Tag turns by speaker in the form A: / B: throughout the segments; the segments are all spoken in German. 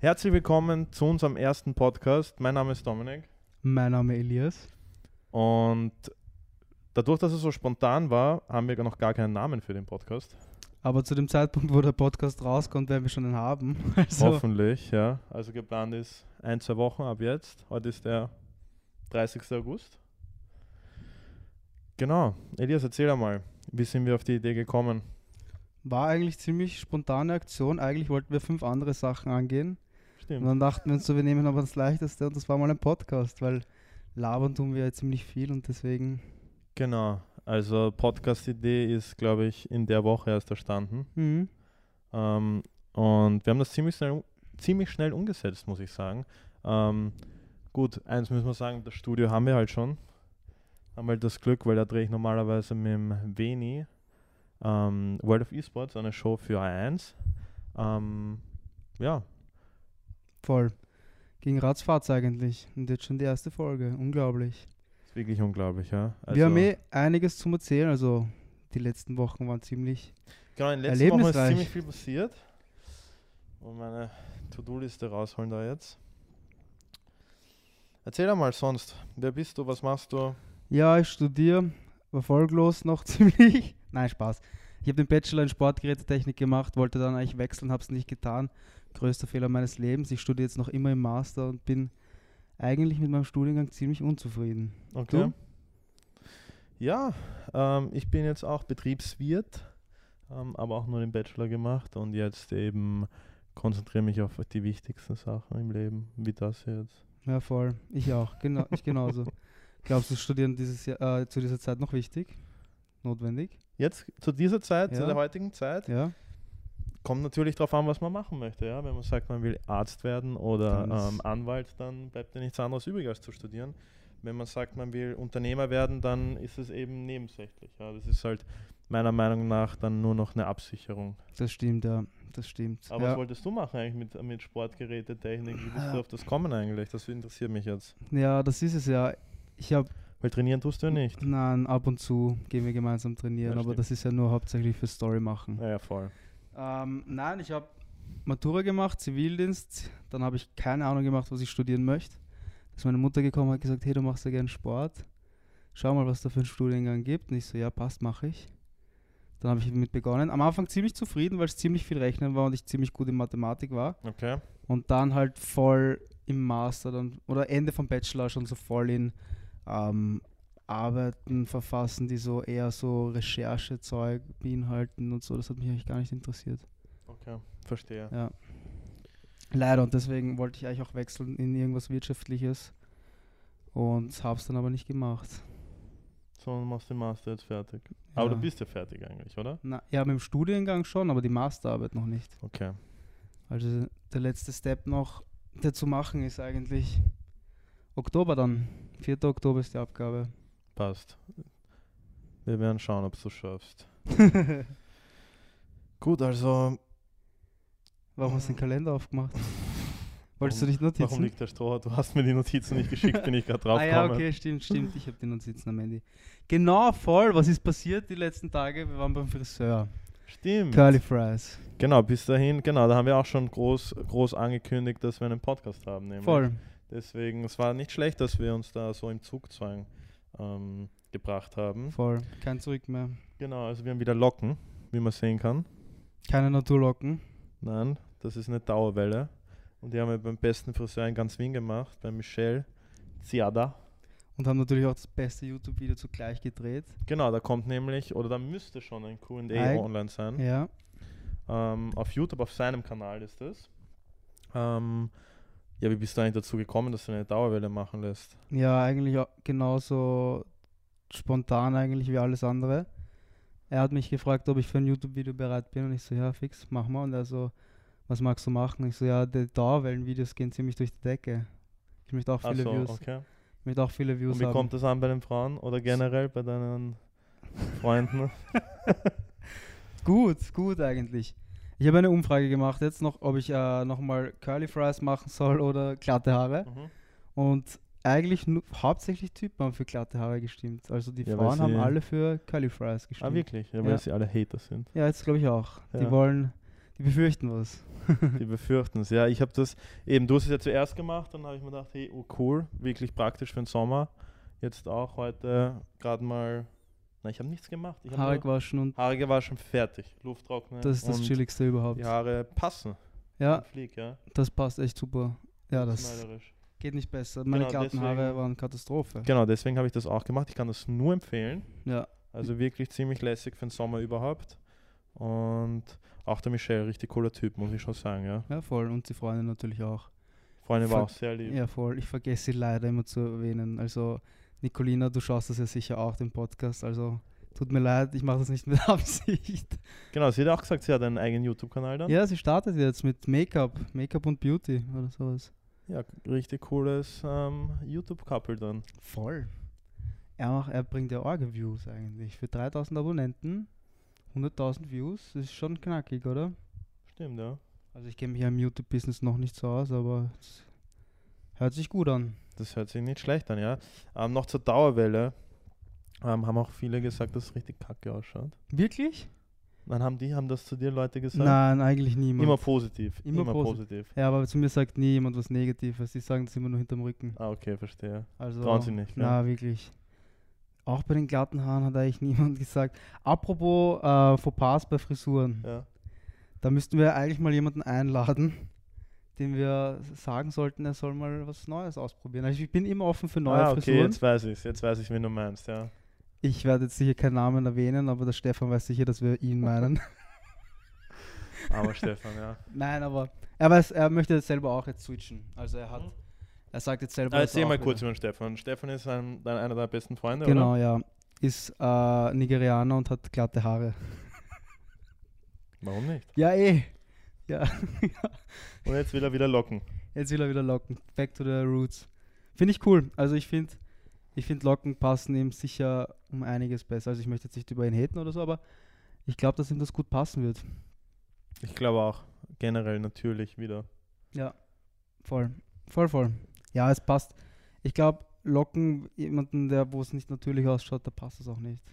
A: Herzlich willkommen zu unserem ersten Podcast. Mein Name ist Dominik
B: Mein Name Elias.
A: und dadurch, dass es so spontan war, haben wir noch gar keinen Namen für den Podcast.
B: Aber zu dem Zeitpunkt, wo der Podcast rauskommt, werden wir schon einen haben. Also,
A: Hoffentlich, ja. Also geplant ist ein, zwei Wochen ab jetzt. Heute ist der 30. August. Genau. Elias, erzähl einmal, wie sind wir auf die Idee gekommen?
B: war eigentlich ziemlich spontane Aktion. Eigentlich wollten wir fünf andere Sachen angehen. Und
A: Stimmt.
B: dann dachten wir uns so, wir nehmen aber das Leichteste und das war mal ein Podcast, weil labern tun wir ja ziemlich viel und deswegen.
A: Genau. Also Podcast-Idee ist, glaube ich, in der Woche erst erstanden.
B: Mhm.
A: Ähm, und wir haben das ziemlich schnell, um, ziemlich schnell umgesetzt, muss ich sagen. Ähm, gut, eins müssen wir sagen, das Studio haben wir halt schon. Haben halt das Glück, weil da drehe ich normalerweise mit dem Veni ähm, World of Esports eine Show für A1. Ähm, ja,
B: Voll. Ging ratzfatz eigentlich. Und jetzt schon die erste Folge. Unglaublich.
A: ist wirklich unglaublich, ja. Also,
B: wir haben eh einiges zum Erzählen. Also die letzten Wochen waren ziemlich.
A: genau, in den letzten Wochen ist
B: erlebnisreich.
A: ziemlich viel passiert. Und meine To-Do-Liste rausholen da jetzt. Erzähl einmal sonst, wer bist du, was machst du?
B: Ja, ich studiere. War folglos noch ziemlich. Nein, Spaß. Ich habe den Bachelor in Sportgerätetechnik gemacht, wollte dann eigentlich wechseln, habe es nicht getan. Größter Fehler meines Lebens. Ich studiere jetzt noch immer im Master und bin eigentlich mit meinem Studiengang ziemlich unzufrieden.
A: Okay.
B: Du?
A: Ja, ähm, ich bin jetzt auch Betriebswirt, ähm, aber auch nur den Bachelor gemacht und jetzt eben konzentriere mich auf die wichtigsten Sachen im Leben, wie das hier jetzt.
B: Ja, voll. Ich auch. Genau, ich genauso. Glaubst du, Studieren dieses Jahr, äh, zu dieser Zeit noch wichtig? Notwendig?
A: Jetzt zu dieser Zeit, zu
B: Ja.
A: der heutigen Zeit,
B: Ja.
A: kommt natürlich darauf an, was man machen möchte. Ja? Wenn man sagt, man will Arzt werden oder
B: Dann ist-
A: ähm, Anwalt, dann bleibt ja nichts anderes übrig, als zu studieren. Wenn man sagt, man will Unternehmer werden, dann ist es eben nebensächlich. Ja? Das ist halt meiner Meinung nach dann nur noch eine Absicherung.
B: Das stimmt, ja. Das stimmt.
A: Aber
B: ja.
A: was wolltest du machen eigentlich mit, mit Sportgeräte, Technik? Wie bist
B: Ah.
A: du auf das kommen eigentlich? Das interessiert mich jetzt.
B: ja, das ist es ja. Ich habe
A: Weil trainieren tust du ja nicht.
B: Nein, ab und zu gehen wir gemeinsam trainieren,
A: Ja,
B: aber
A: stimmt.
B: das ist ja nur hauptsächlich für Story machen.
A: Naja, voll.
B: Ähm, nein, ich habe Matura gemacht, Zivildienst, dann habe ich keine Ahnung gemacht, was ich studieren möchte. Da ist meine Mutter gekommen und hat gesagt, hey, du machst ja gern Sport, schau mal, was da für einen Studiengang gibt. Und ich so, ja, passt, mache ich. Dann habe ich damit begonnen. Am Anfang ziemlich zufrieden, weil es ziemlich viel Rechnen war und ich ziemlich gut in Mathematik war.
A: Okay.
B: Und dann halt voll im Master dann, oder Ende vom Bachelor schon so voll in ähm, Arbeiten verfassen, die so eher so Recherchezeug beinhalten und so. Das hat mich eigentlich gar nicht interessiert.
A: Okay. Verstehe.
B: Ja. Leider und deswegen wollte ich eigentlich auch wechseln in irgendwas Wirtschaftliches und hab's dann aber nicht gemacht.
A: So, dann machst du den Master jetzt fertig. Aber
B: ja.
A: du bist ja fertig eigentlich, oder?
B: Na, ja, mit dem Studiengang schon, aber die Masterarbeit noch nicht.
A: Okay.
B: Also der letzte Step noch, der zu machen ist eigentlich Oktober dann. 4. Oktober ist die Abgabe.
A: Passt. Wir werden schauen, ob du es schaffst. Gut, also.
B: Warum hast du den Kalender aufgemacht? Wolltest du
A: Äh. Warum-
B: nicht Notizen?
A: Warum liegt der Stroh? Du hast mir die Notizen nicht geschickt, bin ich gerade drauf
B: ah ja,
A: gekommen.
B: okay, stimmt, stimmt. Ich habe die Notizen am Handy. Genau, voll. Was ist passiert die letzten Tage? Wir waren beim Friseur.
A: Stimmt.
B: Curly Fries.
A: Genau, bis dahin, genau, da haben wir auch schon groß, groß angekündigt, dass wir einen Podcast haben. Nämlich.
B: Voll.
A: Deswegen, es war nicht schlecht, dass wir uns da so im Zugzwang ähm, gebracht haben.
B: Voll. Kein Zurück mehr.
A: Genau, also wir haben wieder Locken, wie man sehen kann.
B: Keine Naturlocken.
A: Nein, das ist eine Dauerwelle. Und die haben wir beim besten Friseur in ganz Wien gemacht, bei Michelle Ziada.
B: Und haben natürlich auch das beste YouTube-Video zugleich gedreht.
A: Genau, da kommt nämlich, oder da müsste schon ein QA
B: Ei.
A: online sein.
B: Ja.
A: Ähm, auf YouTube, auf seinem Kanal ist es. Ähm, ja, wie bist du eigentlich dazu gekommen, dass du eine Dauerwelle machen lässt?
B: Ja, eigentlich au- genauso spontan eigentlich wie alles andere. Er hat mich gefragt, ob ich für ein YouTube-Video bereit bin und ich so, ja, fix, mach mal. Und er so, was magst du machen? Ich so, ja, die Dauerwellen-Videos gehen ziemlich durch die Decke. Ich möchte auch
A: Ach
B: viele
A: so,
B: Views.
A: okay.
B: Ich möchte auch viele Views
A: Und wie
B: haben.
A: kommt das an bei den Frauen oder generell bei deinen Freunden?
B: Gut, gut eigentlich. Ich habe eine Umfrage gemacht jetzt noch, ob ich äh, nochmal Curly Fries machen soll oder glatte Haare.
A: Mhm.
B: Und eigentlich nu- hauptsächlich Typen haben für glatte Haare gestimmt. Also die
A: Ja, weil
B: Frauen haben
A: sie-
B: alle für Curly Fries
A: Ah,
B: gestimmt.
A: wirklich? Ja, weil
B: Ja.
A: sie alle Hater sind.
B: Ja, jetzt glaube ich auch.
A: Ja.
B: Die wollen, Die befürchten was.
A: Die befürchten es. Ja, ich habe das eben, du hast es ja zuerst gemacht, dann habe ich mir gedacht, hey, oh cool, wirklich praktisch für den Sommer. Jetzt auch heute gerade mal, na, ich habe nichts gemacht. Ich hab
B: Haare
A: nur-
B: waschen und
A: Haare gewaschen, fertig. Luft trocknen.
B: das ist das
A: und
B: Chilligste überhaupt.
A: Die Haare passen.
B: Ja,
A: im Flieg, ja.
B: das passt echt super. Ja, das
A: Malerisch.
B: geht nicht besser. Meine
A: Genau,
B: glatten Haare
A: deswegen-
B: waren Katastrophe.
A: Genau, deswegen habe ich das auch gemacht. Ich kann das nur empfehlen.
B: Ja,
A: Also wirklich ziemlich lässig für den Sommer überhaupt. Und auch der Michel, richtig cooler Typ, muss ich schon sagen, ja.
B: ja voll. Und die Freundin natürlich auch.
A: Freunde
B: Voll-
A: war auch sehr lieb.
B: Ja, voll. Ich vergesse sie leider immer zu erwähnen. Also, Nicolina, du schaust das ja sicher auch, den Podcast. Also, tut mir leid, ich mache das nicht mit Absicht.
A: Genau, sie hat auch gesagt, sie hat einen eigenen YouTube-Kanal dann.
B: Ja, sie startet jetzt mit Make-up. Make-up und Beauty oder sowas.
A: Ja, richtig cooles ähm, YouTube-Couple dann.
B: Voll. Er, macht, er bringt ja Orge-Views eigentlich. Für 3000 Abonnenten, 100.000 Views, das ist schon knackig, oder?
A: Stimmt, ja.
B: Also, ich kenne mich ja im YouTube-Business noch nicht so aus, aber es hört sich gut an.
A: Das hört sich nicht schlecht an, ja. Ähm, noch zur Dauerwelle ähm, haben auch viele gesagt, dass es richtig kacke ausschaut.
B: Wirklich?
A: Dann haben die, haben das zu dir Leute gesagt?
B: Nein, eigentlich niemand.
A: Immer positiv.
B: Immer
A: Immer,
B: posi-
A: positiv.
B: Ja, aber zu mir sagt nie jemand was Negatives. Die sagen das immer nur hinterm Rücken.
A: Ah, okay, verstehe.
B: Also,
A: Trauen sie nicht, gell?
B: Na, wirklich. Auch bei den glatten Haaren hat eigentlich niemand gesagt. Apropos äh, Fauxpas bei Frisuren.
A: Ja.
B: Da müssten wir eigentlich mal jemanden einladen, dem wir sagen sollten, er soll mal was Neues ausprobieren. Also ich bin immer offen für neue
A: ah, okay,
B: Frisuren.
A: jetzt weiß ich Jetzt weiß ich, wen du meinst, ja.
B: Ich werde jetzt sicher keinen Namen erwähnen, aber der Stefan weiß sicher, dass wir ihn meinen.
A: Aber Stefan, ja.
B: Nein, aber er weiß, er möchte jetzt selber auch jetzt switchen. Also er hat, er sagt jetzt selber.
A: Ah,
B: dass er
A: erzähl mal
B: auch
A: kurz über den Stefan. Stefan ist ein, dein, einer deiner besten Freunde,
B: Genau,
A: oder?
B: ja. Ist äh, Nigerianer und hat glatte Haare.
A: Warum nicht?
B: Ja, eh. Ja,
A: Und jetzt will er wieder locken.
B: jetzt will er wieder Locken. Back to the roots. Finde ich cool. Also ich finde, ich finde Locken passen ihm sicher um einiges besser. Also ich möchte jetzt nicht über ihn haten oder so, aber ich glaube, dass ihm das gut passen wird.
A: Ich glaube auch. Generell natürlich wieder.
B: Voll. Voll, voll. Ja, es passt. Ich glaube, Locken, jemanden, der, wo es nicht natürlich ausschaut, da passt es auch nicht.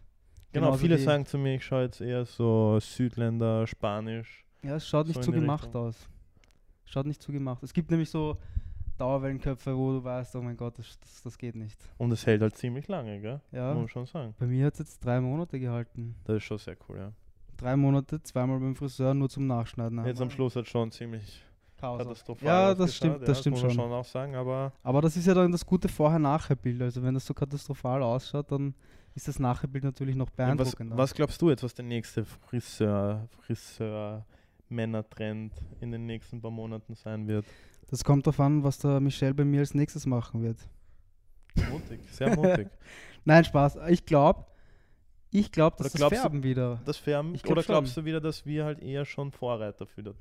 A: Genau,
B: Genauso
A: viele
B: wie-
A: sagen zu mir, ich schaue jetzt eher so Südländer, Spanisch.
B: Ja, es schaut
A: So
B: nicht
A: in
B: zu
A: die
B: gemacht
A: Richtung.
B: aus. Schaut nicht zu gemacht. Es gibt nämlich so Dauerwellenköpfe, wo du weißt, oh mein Gott, das, das, das geht nicht.
A: Und es hält halt ziemlich lange, gell?
B: Ja.
A: Muss man schon sagen.
B: Bei mir hat es jetzt drei Monate gehalten.
A: Das ist schon sehr cool, ja.
B: Drei Monate, zweimal beim Friseur, nur zum Nachschneiden.
A: jetzt am
B: einmal.
A: Schluss hat schon ziemlich
B: Chaos.
A: katastrophal
B: Ja,
A: ausgeschaut,
B: das stimmt, das stimmt
A: muss man
B: schon.
A: schon auch sagen, aber
B: Aber das ist ja dann das gute Vorher-Nachher-Bild. Also wenn das so katastrophal ausschaut, dann ist das Nachher-Bild natürlich noch
A: Und was,
B: beeindruckender.
A: was glaubst du jetzt, was der nächste Friseur, Friseur, Männertrend in den nächsten paar Monaten sein wird?
B: Das kommt darauf an, was der Michel bei mir als nächstes machen wird.
A: Mutig, sehr mutig.
B: Nein, Spaß. Ich glaube, ich glaube,
A: Oder
B: dass das
A: glaubst du-
B: Färben wieder,
A: Das Färben,
B: Ich glaub
A: oder glaubst
B: schon.
A: du wieder, dass wir halt eher schon Vorreiter für das?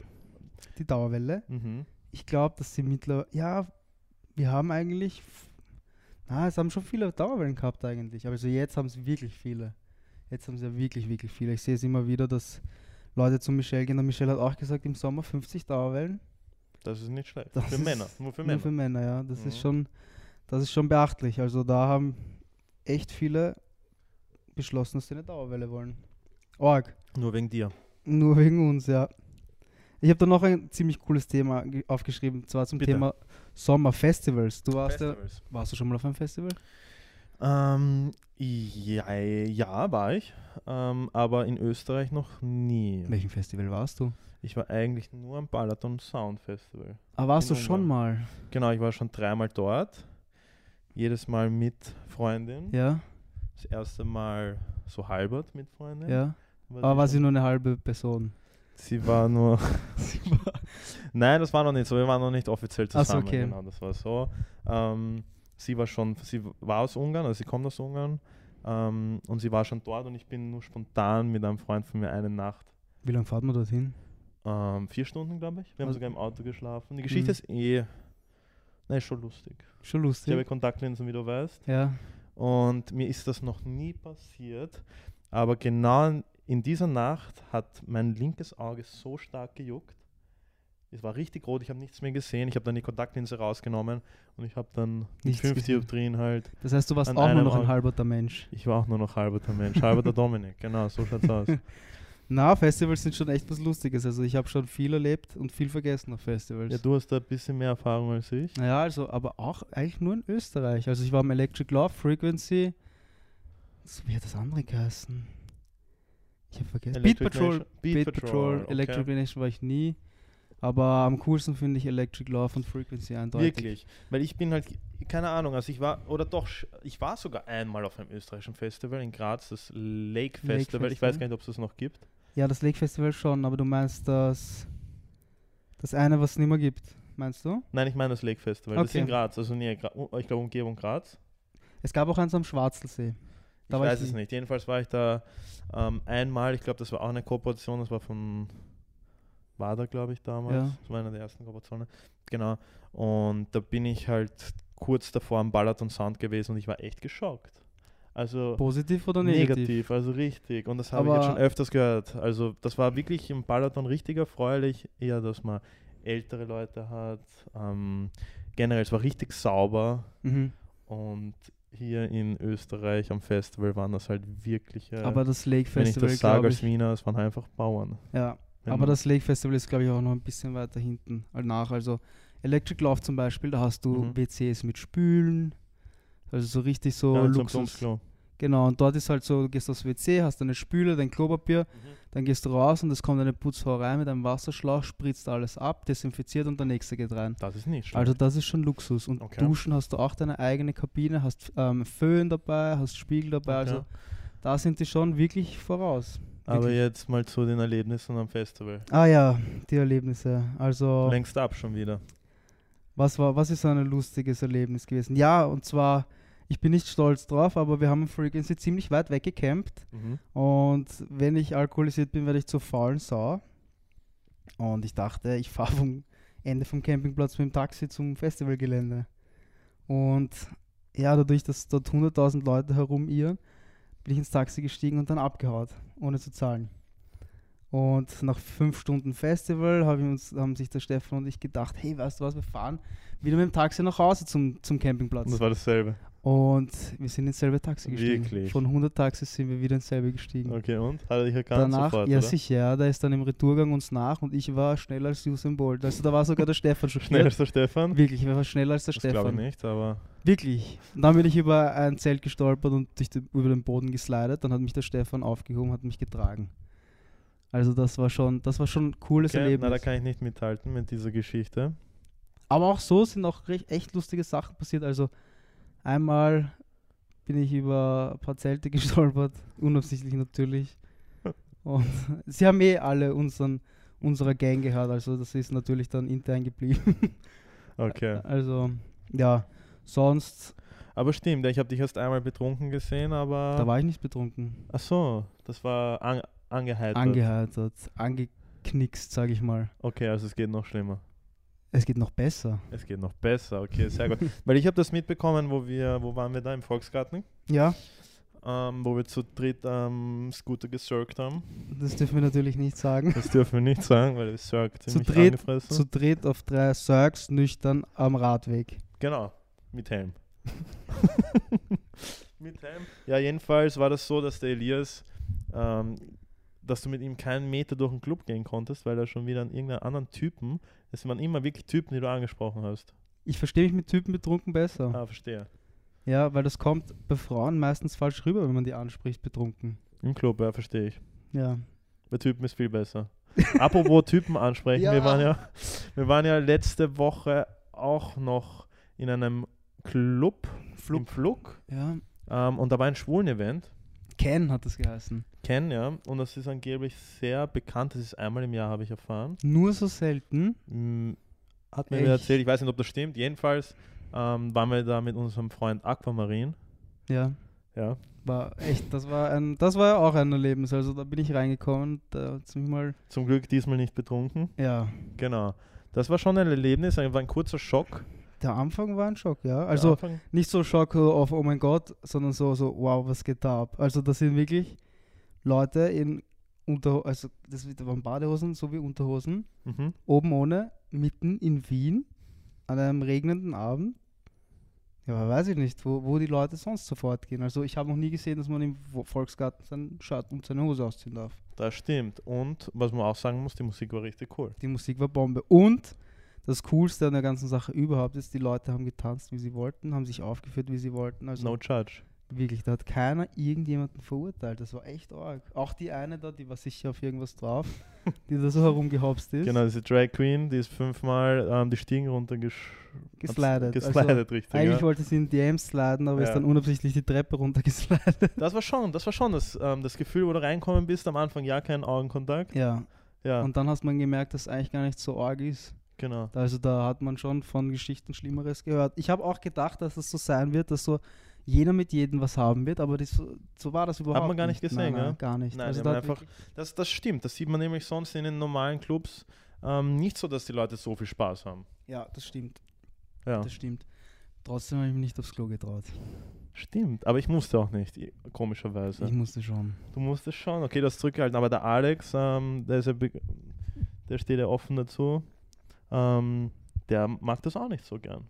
B: die Dauerwelle.
A: Mhm.
B: Ich glaube, dass sie mittlerweile, ja, wir haben eigentlich, f- na, es haben schon viele Dauerwellen gehabt eigentlich. Aber Also jetzt haben es wirklich viele. Jetzt haben sie ja wirklich, wirklich viele. Ich sehe es immer wieder, dass Leute zu Michelle gehen. Der Michelle hat auch gesagt, im Sommer 50 Dauerwellen.
A: Das ist nicht schlecht.
B: Das
A: für
B: ist
A: Männer, nur für
B: Nur
A: Männer.
B: für Männer, ja. Das ist
A: Mhm.
B: schon, das ist schon beachtlich. Also da haben echt viele beschlossen, dass sie eine Dauerwelle wollen. Org.
A: nur wegen dir.
B: Nur wegen uns, ja. Ich habe da noch ein ziemlich cooles Thema ge- aufgeschrieben, und zwar zum
A: Bitte.
B: Thema Sommerfestivals. Du warst ja,
A: Festivals.
B: warst du schon mal auf einem Festival?
A: Ähm, ja, ja, war ich, ähm, aber in Österreich noch nie.
B: Welchem Festival warst du?
A: Ich war eigentlich nur am Balaton Sound Festival.
B: Ah, warst
A: In
B: du schon mal?
A: Genau, ich war schon dreimal dort. Jedes Mal mit Freundin.
B: Ja,
A: Das erste Mal so halbert mit Freundin.
B: ja.
A: War
B: Aber war sie
A: schon-
B: nur eine halbe Person?
A: sie war nur. Nein, das war noch nicht so. Wir waren noch nicht offiziell
B: Ach so,
A: zusammen.
B: okay.
A: Genau, das war so. Ähm, sie war schon. Sie war aus Ungarn, also sie kommt aus Ungarn. Ähm, und sie war schon dort und ich bin nur spontan mit einem Freund von mir eine Nacht.
B: Wie lange fahrt man dorthin?
A: Ähm, vier Stunden, glaube ich. Wir haben
B: Also-
A: sogar im Auto geschlafen. Die Geschichte
B: Mhm.
A: ist eh. Nein, schon lustig.
B: Schon
A: Ich habe
B: lustig.
A: Kontaktlinsen, wie du weißt.
B: Ja,
A: Und mir ist das noch nie passiert. Aber genau in- in dieser Nacht hat mein linkes Auge so stark gejuckt. Es war richtig rot, ich habe nichts mehr gesehen. Ich habe dann die Kontaktlinse rausgenommen und ich habe dann mit
B: Nichts
A: fünf
B: gesehen.
A: Dioptrien halt.
B: das heißt, du warst
A: An
B: auch nur
A: einem
B: noch ein
A: Ort.
B: halberter Mensch.
A: Ich war auch nur noch halber der Mensch, halber der Dominik. Genau, so schaut's aus.
B: Na, Festivals sind schon echt was Lustiges. Also ich habe schon viel erlebt und viel vergessen auf Festivals.
A: Ja, du hast da ein bisschen mehr Erfahrung als ich.
B: Naja, also, aber auch eigentlich nur in Österreich. Also ich war am Electric Love Frequency. Was- Wie hat das andere geheißen? Ich habe vergessen. Beat
A: Electric
B: Patrol.
A: Nation-
B: Beat, Patrol.
A: okay.
B: Electric Nation war ich nie. Aber am coolsten finde ich Electric Love und Frequency eindeutig.
A: Wirklich. Weil ich bin halt, keine Ahnung, also ich war, oder doch, sch- ich war sogar einmal auf einem österreichischen Festival in Graz, das Lake Festival.
B: Lake
A: Ich weiß
B: Festival.
A: gar nicht, ob es das noch gibt.
B: Ja, das Lake Festival schon, aber du meinst das, das eine, was es nicht mehr gibt. Meinst du?
A: Nein, ich meine das Lake Festival. Das ist
B: Okay.
A: in Graz, also näher, Gra- u- ich glaube Umgebung Graz.
B: Es gab auch eins am Schwarzelsee.
A: Ich
B: Da war ich
A: weiß es
B: nie.
A: nicht. Jedenfalls war ich da ähm, einmal, ich glaube, das war auch eine Kooperation, das war von WADA, glaube ich, damals.
B: Ja.
A: Das war eine der ersten Kooperationen. Genau. Und da bin ich halt kurz davor am Balaton Sound gewesen und ich war echt geschockt. Also
B: Positiv oder
A: negativ.
B: negativ?
A: also richtig. Und das habe ich
B: Aber-
A: jetzt schon öfters gehört. Also das war wirklich im Balaton richtig erfreulich, eher, dass man ältere Leute hat. Ähm, generell, es war richtig sauber.
B: Mhm.
A: Und hier in Österreich am Festival waren das halt wirklich, äh,
B: Aber das Lake
A: wenn ich
B: Festival,
A: das sage
B: glaube
A: als
B: ich.
A: Wiener, es waren einfach Bauern.
B: Ja,
A: Wenn
B: aber
A: man-
B: das Lake Festival ist, glaube ich, auch noch ein bisschen weiter hinten als nach. Also Electric Love zum Beispiel, da hast du
A: Mhm.
B: WCs mit Spülen. Also so richtig so
A: Ja, zum
B: Luxus.
A: Plumpsklo.
B: Genau, und dort ist halt so, du gehst aufs WC, hast deine Spüle, dein Klopapier,
A: Mhm.
B: dann gehst du raus und es kommt eine Putzhauerei mit einem Wasserschlauch, spritzt alles ab, desinfiziert und der nächste geht rein.
A: Das ist nicht schlecht.
B: Also das ist schon Luxus. Und
A: Okay.
B: Duschen hast du auch deine eigene Kabine, hast ähm, Föhn dabei, hast Spiegel dabei.
A: Okay.
B: Also da sind die schon wirklich voraus.
A: aber
B: wirklich.
A: jetzt mal zu den Erlebnissen am Festival.
B: Ah ja, die Erlebnisse. Also
A: Längst ab schon wieder.
B: was war, was ist so ein lustiges Erlebnis gewesen? Ja, und zwar, ich bin nicht stolz drauf, aber wir haben in Frequency ziemlich weit weggecampt. Und wenn ich alkoholisiert bin, werde ich zur faulen Sau. Und ich dachte, ich fahre vom Ende vom Campingplatz mit dem Taxi zum Festivalgelände. Und ja, dadurch, dass dort 100.000 Leute herumirren, bin ich ins Taxi gestiegen und dann abgehaut, ohne zu zahlen. Und nach fünf Stunden Festival hab ich uns, haben sich der Stefan und ich gedacht, hey, weißt du was, wir fahren wieder mit dem Taxi nach Hause zum, zum
A: Und
B: Campingplatz.
A: das war dasselbe.
B: Und wir sind ins selbe Taxi gestiegen.
A: Wirklich?
B: Von 100 Taxis sind wir wieder ins selbe gestiegen.
A: Okay, und? Hat er dich erkannt
B: Danach,
A: sofort,
B: ja
A: oder?
B: sicher, ja, da ist dann im Retourgang uns nach und ich war schneller als Usain Bolt. Also da war sogar der Stefan schon
A: Schneller als der Stefan?
B: Wirklich, ich war schneller als der
A: Das glaube ich
B: Stefan.
A: nicht, aber
B: Wirklich. Und dann bin ich über ein Zelt gestolpert und durch den, über den Boden geslidet. Dann hat mich der Stefan aufgehoben, hat mich getragen. Also das war schon, das war schon ein cooles
A: okay, na, da
B: Erlebnis.
A: kann ich nicht mithalten mit dieser Geschichte.
B: Aber auch so sind auch recht, echt lustige Sachen passiert. Also einmal bin ich über ein paar Zelte gestolpert, unabsichtlich natürlich. Und sie haben eh alle unseren, unserer Gang gehört, also das ist natürlich dann intern geblieben.
A: Okay.
B: Also ja, sonst,
A: Aber stimmt, ich habe dich erst einmal betrunken gesehen, aber...
B: da war ich nicht betrunken.
A: Ah. Ach so, das war an, angeheitert.
B: Angeheitert, angeknickst, sage ich mal.
A: okay, also es geht noch schlimmer.
B: Es geht noch besser.
A: Es geht noch besser, okay, sehr gut. Weil ich habe das mitbekommen, wo wir, wo waren wir da im Volksgarten,
B: Ja,
A: ähm, wo wir zu dritt am Scooter gesurkt haben.
B: das dürfen wir natürlich nicht sagen.
A: Das dürfen wir nicht sagen, weil wir surkt
B: Zu
A: ziemlich
B: dritt-
A: angefressen.
B: Zu dritt auf drei Sergs nüchtern am Radweg.
A: Genau, mit Helm. mit Helm? Ja, jedenfalls war das so, dass der Elias, ähm, dass du mit ihm keinen Meter durch den Club gehen konntest, weil er schon wieder an irgendeinen anderen Typen, es waren immer wirklich Typen, die du angesprochen hast.
B: Ich verstehe mich mit Typen betrunken besser.
A: Ah, verstehe.
B: Ja, weil das kommt bei Frauen meistens falsch rüber, wenn man die anspricht, betrunken.
A: Im Club, ja, verstehe ich.
B: Ja.
A: Bei Typen ist viel besser. Apropos Typen ansprechen, wir,
B: Ja.
A: waren ja, wir waren ja letzte Woche auch noch in einem Club im Flug
B: Ja.
A: ähm, und da war ein Schwulen-Event.
B: Ken hat das geheißen.
A: kennen, ja. Und das ist angeblich sehr bekannt. Das ist einmal im Jahr, habe ich erfahren.
B: Nur so selten.
A: Hm, Hat mir
B: Echt?
A: wer erzählt, ich weiß nicht, ob das stimmt. Jedenfalls ähm, waren wir da mit unserem Freund Aquamarin.
B: Ja.
A: Ja.
B: War echt, das war ein, das war ja auch ein Erlebnis. Also da bin ich reingekommen, da hat's mich mal.
A: Zum Glück diesmal nicht betrunken.
B: Ja.
A: Genau. Das war schon ein Erlebnis, war ein kurzer Schock.
B: Der Anfang war ein Schock, ja.
A: Der
B: Also
A: Anfang.
B: nicht so Schock so auf oh mein Gott, sondern so, so, wow, was geht da ab? Also das sind wirklich Leute in Unter also das waren Badehosen sowie Unterhosen.
A: Mhm.
B: oben ohne, mitten in Wien, an einem regnenden Abend. Ja, weiß ich nicht, wo, wo die Leute sonst sofort gehen. Also ich habe noch nie gesehen, dass man im Vo- Volksgarten sein Shirt und seine Hose ausziehen darf.
A: Das stimmt. Und was man auch sagen muss, die Musik war richtig cool.
B: Die Musik war Bombe. Und das Coolste an der ganzen Sache überhaupt ist, die Leute haben getanzt, wie sie wollten, haben sich aufgeführt, wie sie wollten. Also
A: No charge.
B: wirklich, da hat keiner irgendjemanden verurteilt. Das war echt arg. Auch die eine da, die war sicher auf irgendwas drauf, die da so herumgehopst ist.
A: Genau, diese Drag Queen, die ist fünfmal ähm, die Stiegen runtergeslidet.
B: Geslidet. Also,
A: Geslidet, richtig.
B: eigentlich
A: ja.
B: wollte sie in DMs sliden, aber
A: Ja.
B: ist dann unabsichtlich die Treppe runtergeslidet.
A: Das war schon, das war schon das, ähm, das Gefühl, wo du reinkommen bist, am Anfang ja kein Augenkontakt.
B: Ja.
A: Ja,
B: Und dann hast man gemerkt, dass es eigentlich gar nicht so arg ist.
A: genau.
B: Also da hat man schon von Geschichten Schlimmeres gehört. Ich habe auch gedacht, dass es so sein wird, dass so jeder mit jedem was haben wird, aber das, so war das überhaupt
A: man gar nicht gesehen,
B: nein, nein,
A: ja?
B: gar nicht.
A: Nein,
B: also
A: die
B: da
A: haben
B: hat
A: einfach-
B: wirklich-
A: Das, das stimmt, das sieht man nämlich sonst in den normalen Clubs ähm, nicht so, dass die Leute so viel Spaß haben.
B: ja, das stimmt,
A: Ja,
B: das stimmt. Trotzdem habe ich mich nicht aufs Klo getraut.
A: stimmt. Aber ich musste auch nicht, i- komischerweise.
B: Ich musste schon.
A: du musstest schon, okay, das zurückgehalten. Aber der Alex, ähm, der, ist ja be- der steht ja offen dazu, ähm, der mag das auch nicht so gern.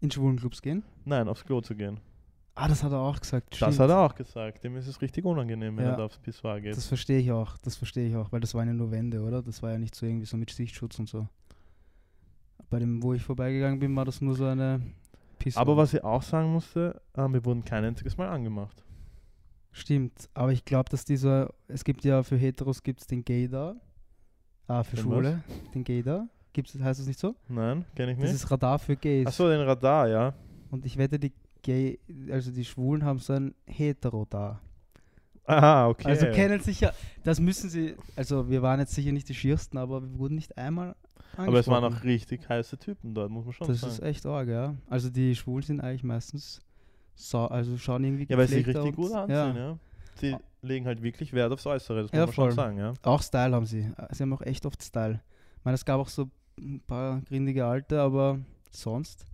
B: In Schwulenclubs gehen?
A: Nein, aufs Klo zu gehen.
B: Ah, das hat er auch gesagt.
A: Das
B: stimmt.
A: hat er auch gesagt. Dem ist es richtig unangenehm, wenn
B: Ja.
A: er da aufs Pissoir geht.
B: Das verstehe ich auch, das verstehe ich auch, weil das waren ja nur Wände, oder? Das war ja nicht so irgendwie so mit Sichtschutz und so. Bei dem, wo ich vorbeigegangen bin, war das nur so eine Pisse.
A: Aber was ich auch sagen musste, ähm, wir wurden kein einziges Mal angemacht.
B: Stimmt, aber ich glaube, dass dieser, es gibt ja für Heteros gibt es den Gay da. Ah, für
A: Den
B: Schwule, den Gay da. Gibt's, heißt das nicht so?
A: Nein, kenne ich
B: Das
A: nicht.
B: ist Radar für Gays.
A: Achso, den Radar, ja.
B: Und ich wette, die Gay, also die Schwulen haben so ein Hetero da.
A: Ah, okay.
B: Also kennen sich ja, das müssen sie, also wir waren jetzt sicher nicht die Schiersten, aber wir wurden nicht einmal angesprochen.
A: Aber es waren auch richtig heiße Typen dort, muss man schon
B: Das ist
A: sagen.
B: echt arg, ja. Also die Schwulen sind eigentlich meistens, sau- also schauen irgendwie
A: Ja, weil sie sich
B: gepflegter
A: richtig
B: und-
A: gut anziehen,
B: ja.
A: ja. Sie legen halt wirklich Wert aufs Äußere, das muss
B: Ja,
A: man
B: voll.
A: schon sagen, ja.
B: Auch Style haben sie. Sie haben auch echt oft Style. Ich meine, es gab auch so ein paar grindige Alte, aber sonst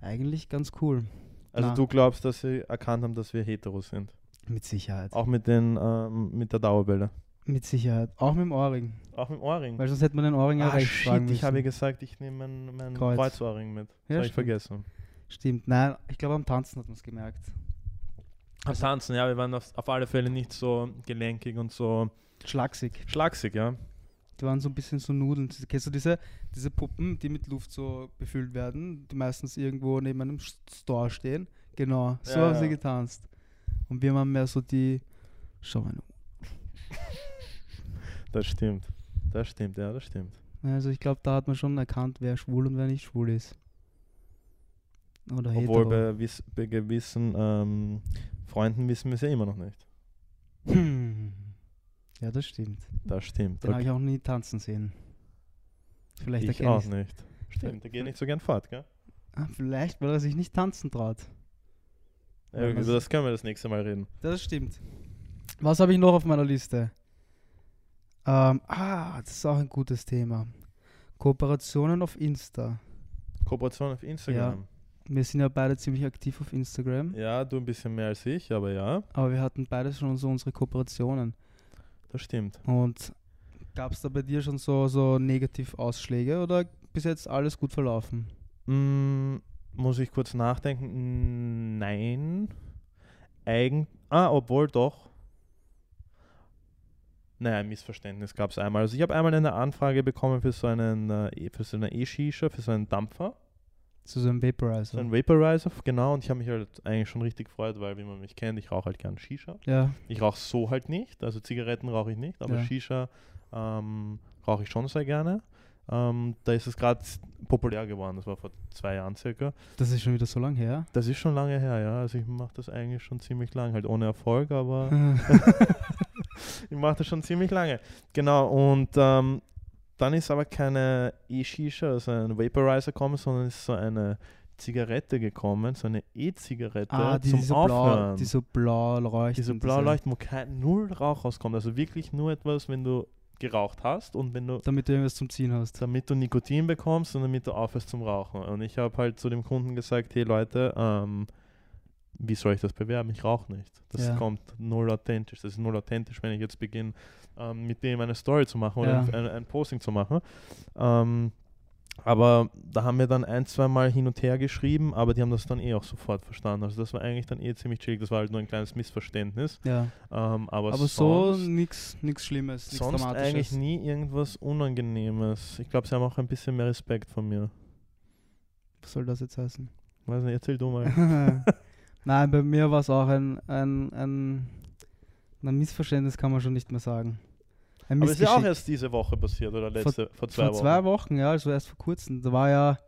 B: eigentlich ganz cool.
A: Also
B: Na.
A: du glaubst, dass sie erkannt haben, dass wir hetero sind.
B: Mit Sicherheit.
A: Auch mit den, ähm, mit der Dauerbälle.
B: Mit Sicherheit. Auch mit dem Ohrring.
A: Auch mit dem Ohrring.
B: Weil sonst hätte man den Ohrring ja
A: ah,
B: rechts tragen
A: shit,
B: müssen.
A: ich habe gesagt, ich nehme meinen mein
B: Kreuz.
A: Kreuzohrring mit. Das
B: Ja,
A: habe ich
B: stimmt.
A: vergessen.
B: Stimmt. Nein, ich glaube am Tanzen hat man es gemerkt.
A: Am Tanzen, ja, wir waren auf, auf alle Fälle nicht so gelenkig und so
B: Schlagsig.
A: schlagsig, ja.
B: Die waren so ein bisschen so Nudeln. Kennst du diese, diese Puppen, die mit Luft so befüllt werden, die meistens irgendwo neben einem S- Store stehen? Genau, so
A: Ja,
B: haben
A: ja.
B: sie getanzt. Und wir haben mehr so die. Schau mal,
A: Das stimmt. Das stimmt, ja, das stimmt.
B: Also ich glaube, da hat man schon erkannt, wer schwul und wer nicht schwul ist. Oder
A: Obwohl
B: hetero.
A: bei, wiss, bei gewissen ähm, Freunden wissen wir es ja immer noch nicht.
B: Hm. Ja, das stimmt.
A: Das stimmt.
B: Den habe ich auch nie tanzen sehen. Vielleicht
A: ich
B: erkenne
A: auch
B: Genau, ich
A: nicht. Stimmt, der geht nicht so gern fort, gell?
B: ah, Vielleicht, weil er sich nicht tanzen traut.
A: Ja,
B: Wenn
A: über
B: man's-
A: das können wir das nächste Mal reden.
B: Das stimmt. Was habe ich noch auf meiner Liste? Ähm, ah, das ist auch ein gutes Thema. Kooperationen auf Insta.
A: Kooperation auf Instagram.
B: Wir sind ja beide ziemlich aktiv auf Instagram,
A: Ja. du ein bisschen mehr als ich, aber ja,
B: aber wir hatten beide schon so unsere Kooperationen.
A: das stimmt.
B: Und gab es da bei dir schon so, so Negativausschläge oder bis jetzt alles gut verlaufen?
A: Mm, muss ich kurz nachdenken? Mm, Nein. Eigen. Ah, obwohl doch. Naja, ein Missverständnis gab es einmal. Also ich habe einmal eine Anfrage bekommen für so einen äh, für so eine E-Shisha, für so einen Dampfer.
B: Zu so einem
A: So
B: Vaporizer.
A: ein Vaporizer, genau, und ich habe mich halt eigentlich schon richtig gefreut, weil wie man mich kennt, ich rauche halt gern Shisha.
B: ja,
A: Ich rauche so halt nicht, also Zigaretten rauche ich nicht, aber
B: Ja.
A: Shisha ähm, rauche ich schon sehr gerne. Ähm, da ist es gerade populär geworden, das war vor zwei Jahren circa.
B: das ist schon wieder so lang her.
A: Das ist schon lange her, ja. Also ich mache das eigentlich schon ziemlich lang, halt ohne Erfolg, aber
B: Hm.
A: ich mache das schon ziemlich lange. Genau, und ähm, dann ist aber keine E-Shisha, also ein Vaporizer gekommen, sondern ist so eine Zigarette gekommen, so eine E-Zigarette
B: ah, die,
A: zum
B: die, so blau,
A: Aufhören.
B: die so blau leuchten.
A: Diese blau leuchten, wo kein Null Rauch rauskommt. Also wirklich nur etwas, wenn du geraucht hast und wenn du
B: Damit du irgendwas zum Ziehen hast.
A: damit du Nikotin bekommst und damit du aufhörst zum Rauchen. Und ich habe halt zu dem Kunden gesagt, hey Leute, ähm, wie soll ich das bewerben? Ich rauche nicht. Das
B: Ja.
A: kommt null authentisch. Das ist null authentisch, wenn ich jetzt beginne, ähm, mit dem eine Story zu machen oder
B: Ja.
A: ein, ein, ein Posting zu machen. Ähm, Aber da haben wir dann ein, zwei Mal hin und her geschrieben, aber die haben das dann eh auch sofort verstanden. Also das war eigentlich dann eh ziemlich chillig. Das war halt nur ein kleines Missverständnis.
B: Ja.
A: Ähm, aber
B: Aber so
A: sonst,
B: nichts nichts Schlimmes, nichts
A: sonst eigentlich
B: Dramatisches.
A: nie irgendwas Unangenehmes. Ich glaube, sie haben auch ein bisschen mehr Respekt von mir.
B: Was soll das jetzt heißen?
A: Weiß nicht, erzähl du mal.
B: Nein, bei mir war es auch ein, ein, ein, ein Missverständnis, kann man schon nicht mehr sagen. Ein
A: aber es ist ja auch
B: Missgeschick.
A: erst diese Woche passiert oder
B: Vor-
A: letzte, vor, zwei
B: vor
A: Wochen.
B: zwei Wochen, ja, also erst vor kurzem. Da war ja,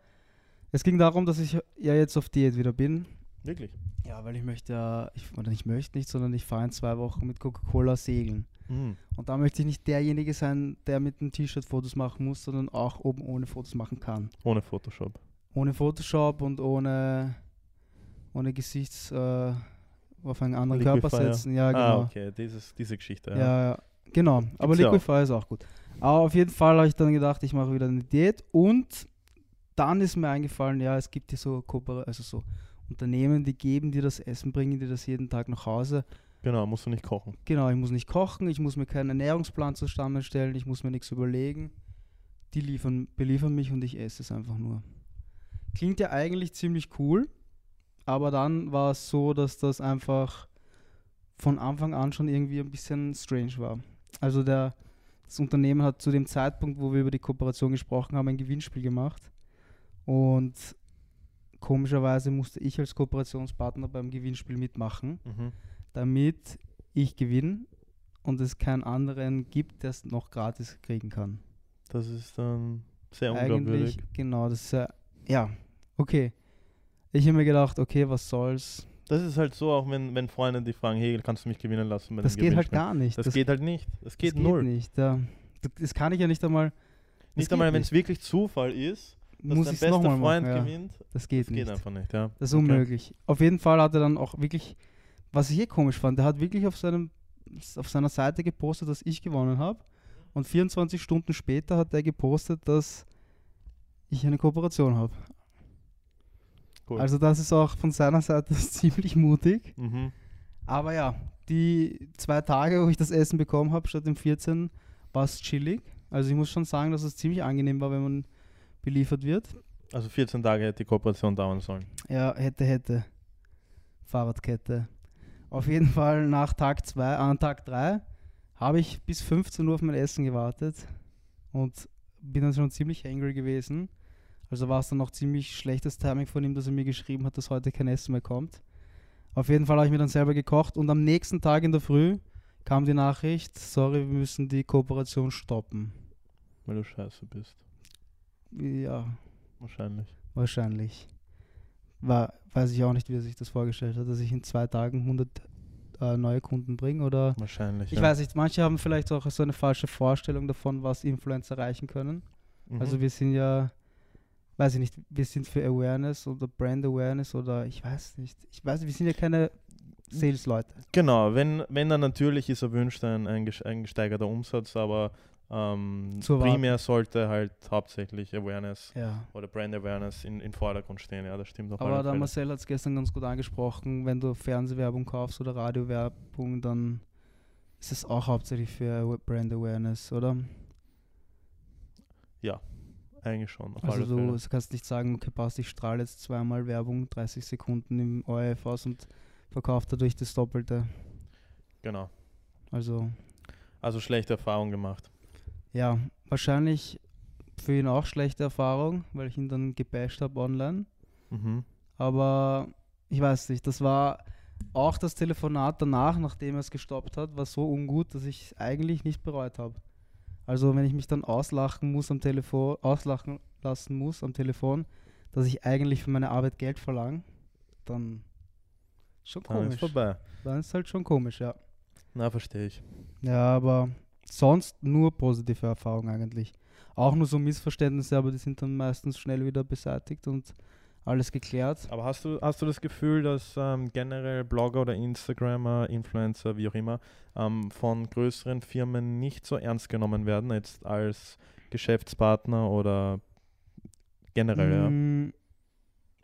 B: es ging darum, dass ich ja jetzt auf Diät wieder bin.
A: Wirklich?
B: Ja, weil ich möchte ja, ich, oder ich möchte nicht, sondern ich fahre in zwei Wochen mit Coca-Cola segeln.
A: Mhm.
B: Und da möchte ich nicht derjenige sein, der mit einem T-Shirt Fotos machen muss, sondern auch oben ohne Fotos machen kann.
A: Ohne Photoshop.
B: Ohne Photoshop und ohne, ohne Gesichts äh, auf einen anderen Körper
A: Liquefier.
B: setzen. Ja, genau.
A: Ah, okay, dieses, diese Geschichte.
B: Ja, ja. genau. Aber
A: Gibt's ja auch.
B: Liquify ist auch gut. Aber auf jeden Fall habe ich dann gedacht, ich mache wieder eine Diät und dann ist mir eingefallen, ja, es gibt ja so Kooper also so Unternehmen, die geben dir das Essen, bringen dir das jeden Tag nach Hause.
A: Genau, musst du nicht kochen.
B: Genau, ich muss nicht kochen, ich muss mir keinen Ernährungsplan zustande stellen, ich muss mir nichts überlegen. Die liefern, beliefern mich und ich esse es einfach nur. Klingt ja eigentlich ziemlich cool, aber dann war es so, dass das einfach von Anfang an schon irgendwie ein bisschen strange war. Also der, das Unternehmen hat zu dem Zeitpunkt, wo wir über die Kooperation gesprochen haben, ein Gewinnspiel gemacht. Und komischerweise musste ich als Kooperationspartner beim Gewinnspiel mitmachen
A: Mhm.
B: damit ich gewinne und es keinen anderen gibt, der es noch gratis kriegen kann.
A: Das ist dann sehr
B: Eigentlich,
A: unglaubwürdig.
B: genau, das ist ja, ja, okay. Ich habe mir gedacht, okay, was soll's.
A: Das ist halt so, auch wenn, wenn Freunde die fragen, hey, kannst du mich gewinnen lassen? Bei
B: das
A: dem
B: geht halt
A: Gewinnspiel?
B: gar nicht.
A: Das, geht halt nicht. Das geht null. Nicht,
B: nicht. Ja. D- Das kann ich ja nicht einmal, das geht
A: einmal, wenn
B: nicht.
A: es wirklich Zufall ist, dass
B: muss
A: dein
B: ich
A: bester
B: es nochmal
A: Freund
B: machen. Ja.
A: gewinnt.
B: Das geht
A: das geht
B: nicht.
A: einfach nicht, ja.
B: Das ist
A: Okay.
B: unmöglich. Auf jeden Fall hat er dann auch wirklich, was ich eh komisch fand, der hat wirklich auf, seinem, auf seiner Seite gepostet, dass ich gewonnen habe. Und 24 Stunden später hat er gepostet, dass ich eine Kooperation habe.
A: Cool.
B: Also das ist auch von seiner Seite ziemlich mutig.
A: Mhm.
B: Aber ja, die zwei Tage, wo ich das Essen bekommen habe, statt dem 14, war es chillig. Also ich muss schon sagen, dass es ziemlich angenehm war, wenn man beliefert wird.
A: Also 14 Tage hätte die Kooperation dauern sollen.
B: Ja, hätte, hätte. Fahrradkette. Auf jeden Fall nach Tag 2, an Tag 3 habe ich bis 15 Uhr auf mein Essen gewartet und bin dann schon ziemlich angry gewesen. Also war es dann noch ziemlich schlechtes Timing von ihm, dass er mir geschrieben hat, dass heute kein Essen mehr kommt. Auf jeden Fall habe ich mir dann selber gekocht und am nächsten Tag in der Früh kam die Nachricht, sorry, wir müssen die Kooperation stoppen.
A: Weil du scheiße bist.
B: Ja,
A: Wahrscheinlich.
B: Wahrscheinlich. War, weiß ich auch nicht, wie er sich das vorgestellt hat, dass ich in zwei Tagen 100 äh, neue Kunden bringe oder.
A: Wahrscheinlich.
B: Ich weiß nicht, manche haben vielleicht auch so eine falsche Vorstellung davon, was Influencer erreichen können.
A: Mhm.
B: Also wir sind ja, weiß ich nicht, wir sind für Awareness oder Brand Awareness oder ich weiß nicht. Ich weiß, wir sind ja keine Sales-Leute.
A: Genau, wenn, wenn dann natürlich ist erwünscht ein, ein, ges- ein gesteigerter Umsatz, aber ähm,
B: Zu erwarten.
A: primär sollte halt hauptsächlich Awareness
B: Ja.
A: oder Brand Awareness in, in Vordergrund stehen. Ja, das stimmt auf
B: Aber
A: alle
B: der
A: Fälle.
B: Marcel hat es gestern ganz gut angesprochen, wenn du Fernsehwerbung kaufst oder Radiowerbung, dann ist es auch hauptsächlich für Brand Awareness, oder?
A: Eigentlich schon. Auf
B: Also
A: alle Fälle.
B: du kannst nicht sagen, okay, passt, ich strahle jetzt zweimal Werbung, 30 Sekunden im ORF aus und verkauft dadurch das Doppelte.
A: Genau.
B: Also
A: Also schlechte Erfahrung gemacht.
B: ja, wahrscheinlich für ihn auch schlechte Erfahrung, weil ich ihn dann gebasht habe online.
A: Mhm.
B: Aber ich weiß nicht, das war auch das Telefonat danach, nachdem er es gestoppt hat, war so ungut, dass ich es eigentlich nicht bereut habe. Also wenn ich mich dann auslachen muss am Telefon, auslachen lassen muss am Telefon, dass ich eigentlich für meine Arbeit Geld verlange, dann schon
A: Dann ist
B: komisch.
A: vorbei.
B: Dann ist halt schon komisch, ja.
A: Na, verstehe ich.
B: Ja, aber sonst nur positive Erfahrungen eigentlich. Auch nur so Missverständnisse, aber die sind dann meistens schnell wieder beseitigt und alles geklärt.
A: Aber hast du, hast du das Gefühl, dass ähm, generell Blogger oder Instagrammer, Influencer, wie auch immer, ähm, von größeren Firmen nicht so ernst genommen werden, jetzt als Geschäftspartner oder generell, ja.
B: Mm,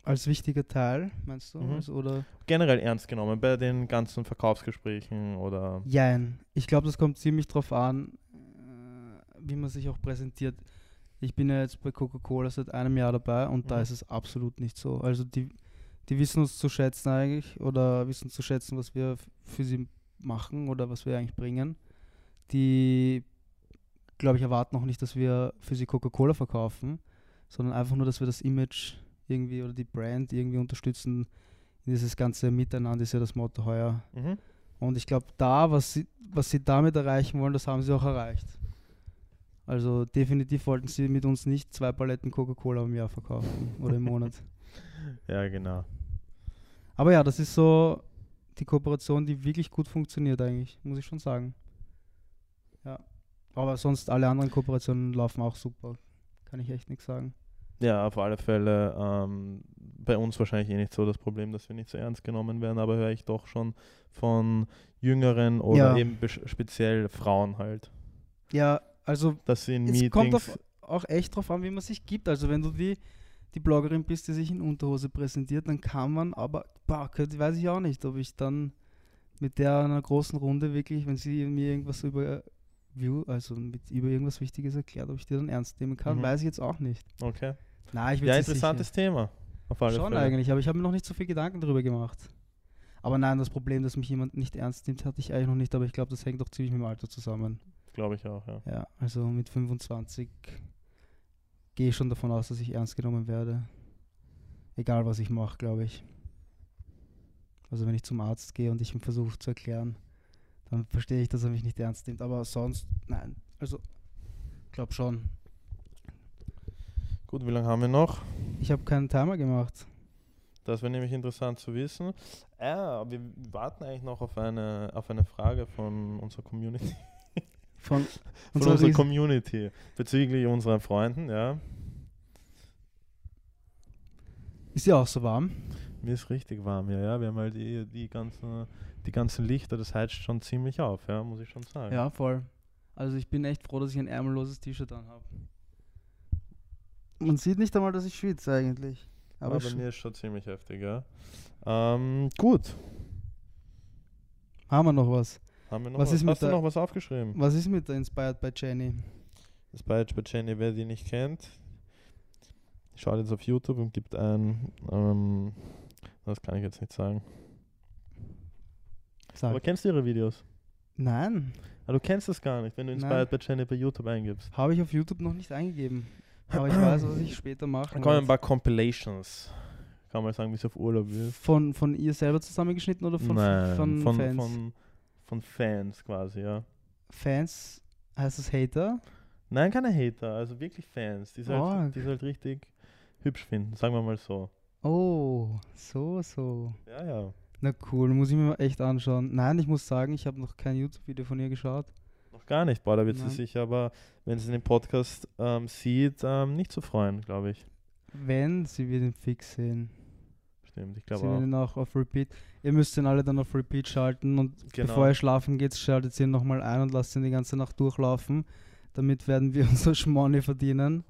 B: Als wichtiger Teil, meinst du?
A: Mhm.
B: Also, oder?
A: Generell ernst genommen bei den ganzen Verkaufsgesprächen oder
B: Jein. Ich glaube, das kommt ziemlich drauf an, äh, wie man sich auch präsentiert. Ich bin ja jetzt bei Coca-Cola seit einem Jahr dabei und da
A: Mhm.
B: ist es absolut nicht so. Also die, die wissen uns zu schätzen eigentlich oder wissen zu schätzen, was wir f- für sie machen oder was wir eigentlich bringen. Die, glaube ich, erwarten auch nicht, dass wir für sie Coca-Cola verkaufen, sondern einfach nur, dass wir das Image irgendwie oder die Brand irgendwie unterstützen. Dieses ganze Miteinander ist ja das Motto heuer.
A: Mhm.
B: Und ich glaube, da, was sie, was sie damit erreichen wollen, das haben sie auch erreicht. Also definitiv wollten sie mit uns nicht zwei Paletten Coca-Cola im Jahr verkaufen oder im Monat.
A: Ja, genau.
B: Aber ja, das ist so die Kooperation, die wirklich gut funktioniert eigentlich, muss ich schon sagen. Ja. Aber sonst alle anderen Kooperationen laufen auch super. Kann ich echt nichts sagen.
A: Ja, auf alle Fälle ähm, bei uns wahrscheinlich eh nicht so das Problem, dass wir nicht so ernst genommen werden, aber höre ich doch schon von jüngeren oder
B: Ja.
A: eben besch- speziell Frauen halt,
B: Ja, also
A: dass sie in
B: Es kommt
A: Meetings
B: auf, auch echt drauf an, wie man sich gibt. Also wenn du die, die Bloggerin bist, die sich in Unterhose präsentiert, dann kann man, aber boah, könnte- weiß ich auch nicht, ob ich dann mit der in einer großen Runde wirklich, wenn sie mir irgendwas über äh, View, also mit, über irgendwas Wichtiges erklärt, ob ich die dann ernst nehmen kann,
A: Mhm.
B: weiß ich jetzt auch nicht.
A: Okay.
B: Nein, ich will
A: Ja,
B: sie
A: interessantes Thema. Auf alle
B: sicher. Schon
A: Fälle.
B: eigentlich, aber ich habe mir noch nicht so viel Gedanken darüber gemacht. Aber nein, das Problem, dass mich jemand nicht ernst nimmt, hatte ich eigentlich noch nicht, aber ich glaube, das hängt auch ziemlich mit dem Alter zusammen.
A: Glaube ich auch, ja.
B: Ja, also mit 25 gehe ich schon davon aus, dass ich ernst genommen werde. Egal was ich mache, glaube ich. Also wenn ich zum Arzt gehe und ich ihm versuche zu erklären, dann verstehe ich, dass er mich nicht ernst nimmt. Aber sonst, nein. Also, glaube schon.
A: Gut, wie lange haben wir noch?
B: Ich habe keinen Timer gemacht.
A: Das wäre nämlich interessant zu wissen. Ah, wir warten eigentlich noch auf eine, auf eine Frage von unserer Community. Von
B: Von unserer
A: unserer
B: Riesen-
A: Community. Bezüglich unseren Freunden, ja.
B: ist ja auch so warm.
A: Mir ist richtig warm, ja, ja. Wir haben halt die, die, ganzen, die ganzen Lichter, das heizt schon ziemlich auf, ja, muss ich schon sagen.
B: Ja, voll. Also ich bin echt froh, dass ich ein ärmelloses T-Shirt an habe. Man sieht nicht einmal, dass ich schwitze eigentlich.
A: aber,
B: Aber, ich
A: mir ist schon ziemlich heftig, ja. Ähm, gut,
B: haben wir noch was.
A: haben wir noch was?
B: Was ist mit
A: Hast du
B: der-
A: noch was aufgeschrieben?
B: Was ist mit der Inspired by Jenny?
A: Das Badge bei Jenny, wer die nicht kennt, schaut jetzt auf YouTube und gibt ein, ähm, das kann ich jetzt nicht sagen.
B: Sag.
A: Aber kennst du ihre Videos?
B: Nein,
A: Ah, du kennst es gar nicht, wenn du
B: Nein.
A: Inspired by Jenny bei YouTube eingibst.
B: habe ich auf YouTube noch nicht eingegeben. Aber ich weiß, was ich später mache.
A: Dann kommen ein paar Compilations. Kann man sagen, wie es auf Urlaub ist.
B: Von, von ihr selber zusammengeschnitten oder von,
A: Nein,
B: von,
A: von,
B: Fans?
A: Von, von Fans quasi, ja.
B: Fans heißt es Hater?
A: Nein, keine Hater, also wirklich Fans, die es
B: Org.
A: halt, die es halt richtig hübsch finden, sagen wir mal so.
B: Oh, so, so.
A: Ja, ja.
B: Na cool, muss ich mir mal echt anschauen. Nein, ich muss sagen, ich habe noch kein YouTube-Video von ihr geschaut.
A: Noch gar nicht, boah, da wird sie
B: Nein.
A: sich aber, wenn sie den Podcast ähm, sieht, ähm, nicht so freuen, glaube ich.
B: Wenn, sie wird ihn fix sehen.
A: Stimmt, ich
B: Sie
A: glaube
B: werden
A: auch.
B: ihn auch auf Repeat. Ihr müsst ihn alle dann auf Repeat schalten und
A: Genau.
B: bevor ihr schlafen geht, schaltet ihr ihn nochmal ein und lasst ihn die ganze Nacht durchlaufen. Damit werden wir unser Schmoney verdienen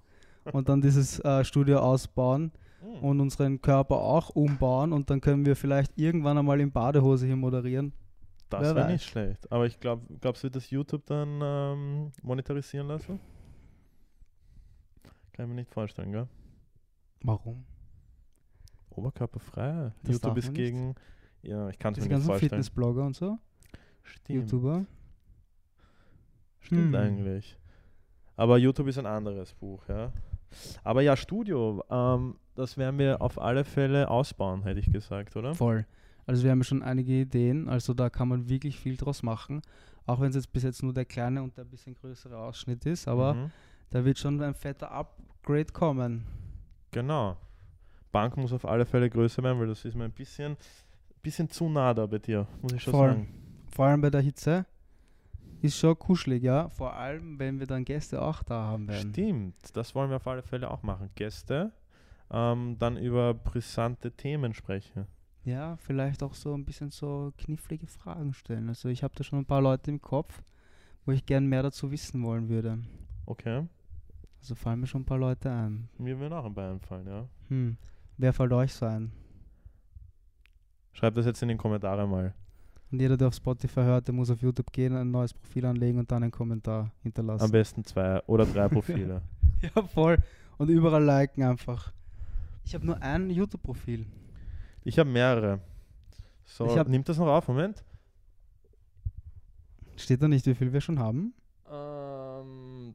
B: und dann dieses äh, Studio ausbauen
A: Hm.
B: und unseren Körper auch umbauen und dann können wir vielleicht irgendwann einmal in Badehose hier moderieren.
A: das
B: wer
A: wäre
B: weiß.
A: nicht schlecht. Aber ich glaube, glaubst du, wird das YouTube dann ähm, monetarisieren lassen? Kann ich mir nicht vorstellen, gell?
B: Warum?
A: Oberkörperfrei.
B: Das darf
A: YouTube ist
B: man nicht.
A: gegen. Ja, ich kann es
B: Diese
A: mir nicht
B: ganzen
A: vorstellen.
B: Fitnessblogger und so,
A: Stimmt.
B: YouTuber.
A: Stimmt
B: Hm.
A: eigentlich. Aber YouTube ist ein anderes Buch, ja. Aber ja, Studio, ähm, das werden wir auf alle Fälle ausbauen, hätte ich gesagt, oder?
B: Voll. Also wir haben schon einige Ideen, also da kann man wirklich viel draus machen. Auch wenn es jetzt bis jetzt nur der kleine und der bisschen größere Ausschnitt ist, aber
A: Mhm.
B: da wird schon ein fetter Upgrade kommen.
A: Genau. Bank muss auf alle Fälle größer werden, weil das ist mir ein bisschen, bisschen zu nah da bei dir, muss ich schon
B: Voll.
A: sagen.
B: Vor allem bei der Hitze ist schon kuschelig, ja. Vor allem, wenn wir dann Gäste auch da haben werden.
A: Stimmt, das wollen wir auf alle Fälle auch machen. Gäste, ähm, dann über brisante Themen sprechen.
B: Ja, vielleicht auch so ein bisschen so knifflige Fragen stellen. Also ich habe da schon ein paar Leute im Kopf, wo ich gern mehr dazu wissen wollen würde.
A: Okay,
B: Also fallen mir schon ein paar Leute ein.
A: mir würden auch ein paar einfallen, ja.
B: Hm, wer fällt euch so ein?
A: Schreibt das jetzt in den Kommentaren mal.
B: Und jeder, der auf Spotify hört, der muss auf YouTube gehen, ein neues Profil anlegen und dann einen Kommentar
A: Am
B: hinterlassen.
A: besten zwei oder drei Profile.
B: Ja, voll. Und überall liken einfach. Ich habe nur ein YouTube-Profil.
A: Ich habe mehrere. So,
B: Ich hab-
A: nimmt das noch auf, Moment.
B: Steht da nicht, wie viel wir schon haben?
A: Ähm,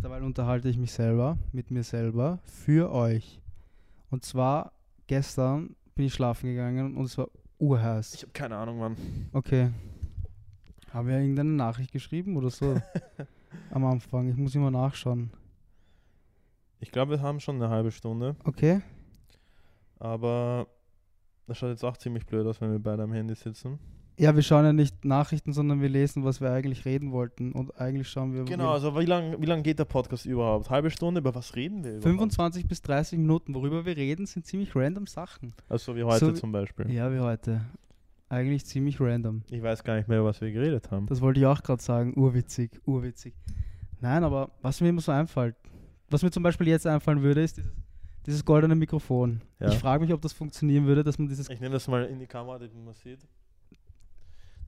B: Dabei unterhalte ich mich selber, mit mir selber, für euch. Und zwar gestern bin ich schlafen gegangen und es war urheiß.
A: ich habe keine Ahnung, Mann.
B: Okay. Haben wir irgendeine Nachricht geschrieben oder so? Am Anfang. Ich muss immer nachschauen.
A: Ich glaube, wir haben schon eine halbe Stunde,
B: Okay.
A: aber das schaut jetzt auch ziemlich blöd aus, wenn wir beide am Handy sitzen.
B: Ja, wir schauen ja nicht Nachrichten, sondern wir lesen, was wir eigentlich reden wollten. Und eigentlich schauen wir.
A: Genau, also wie lange wie lang geht der Podcast überhaupt? Halbe Stunde, über was reden wir überhaupt?
B: 25 bis 30 Minuten, worüber wir reden, sind ziemlich random Sachen.
A: Also wie heute
B: So wie-
A: zum Beispiel.
B: Ja, wie heute. Eigentlich ziemlich random.
A: Ich weiß gar nicht mehr, über was wir geredet haben.
B: Das wollte ich auch gerade sagen. Urwitzig, urwitzig. Nein, aber was mir immer so einfällt, was mir zum Beispiel jetzt einfallen würde, ist dieses, dieses goldene Mikrofon.
A: Ja.
B: Ich frage mich, ob das funktionieren würde, dass man dieses.
A: Ich nehme das mal in die Kamera, damit man sieht.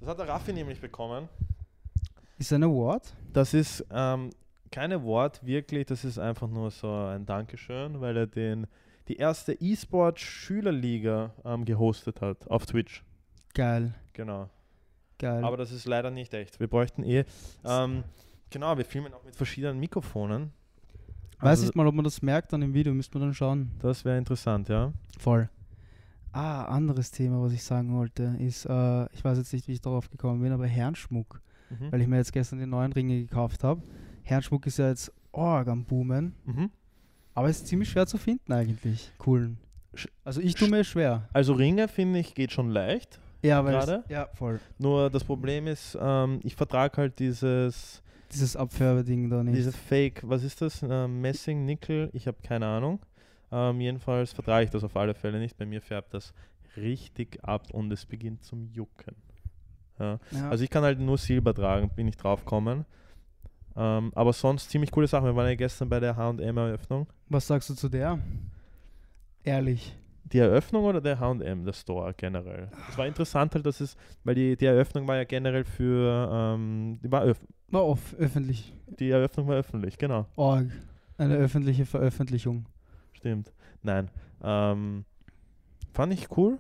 A: Das hat der Raffi nämlich bekommen.
B: Ist ein Award?
A: Das ist ähm, kein Award, wirklich, das ist einfach nur so ein Dankeschön, weil er den, die erste E-Sport-Schülerliga ähm, gehostet hat auf Twitch.
B: Geil,
A: Genau.
B: geil.
A: Aber das ist leider nicht echt. Wir bräuchten eh. Ähm, genau, wir filmen auch mit verschiedenen Mikrofonen.
B: Weiß
A: also-
B: nicht mal, ob man das merkt dann im Video, müsste man dann schauen.
A: Das wäre interessant, ja.
B: Voll. Ah, anderes Thema, was ich sagen wollte, ist, äh, ich weiß jetzt nicht, wie ich darauf gekommen bin, aber Herrenschmuck,
A: Mhm.
B: weil ich mir jetzt gestern die neuen Ringe gekauft habe. Herrenschmuck ist ja jetzt org am Boomen,
A: Mhm.
B: aber ist ziemlich schwer zu finden eigentlich. Coolen.
A: Sch-
B: Also ich tue mir schwer.
A: Also Ringe, finde ich, geht schon leicht.
B: Ja, weil es,
A: Gerade?
B: ja, voll.
A: Nur das Problem ist, ähm, ich vertrage halt dieses,
B: Dieses Abfärbeding da nicht.
A: dieses Fake, was ist das? Ähm, Messing, Nickel, ich habe keine Ahnung. Ähm, jedenfalls vertrage ich das auf alle Fälle nicht. Bei mir färbt das richtig ab und es beginnt zum Jucken.
B: ja.
A: Also ich kann halt nur Silber tragen, bin ich drauf gekommen. Ähm, aber sonst ziemlich coole Sachen. Wir waren ja gestern bei der H&M-Eröffnung.
B: was sagst du zu der? Ehrlich.
A: Die Eröffnung oder der H&M, der Store generell? Es war interessant halt, dass es, weil die, die Eröffnung war ja generell für, ähm, die, war öff,
B: War off, öffentlich.
A: die Eröffnung war öffentlich, genau,
B: Org. Eine öffentliche Veröffentlichung.
A: stimmt. Nein, ähm, fand ich cool.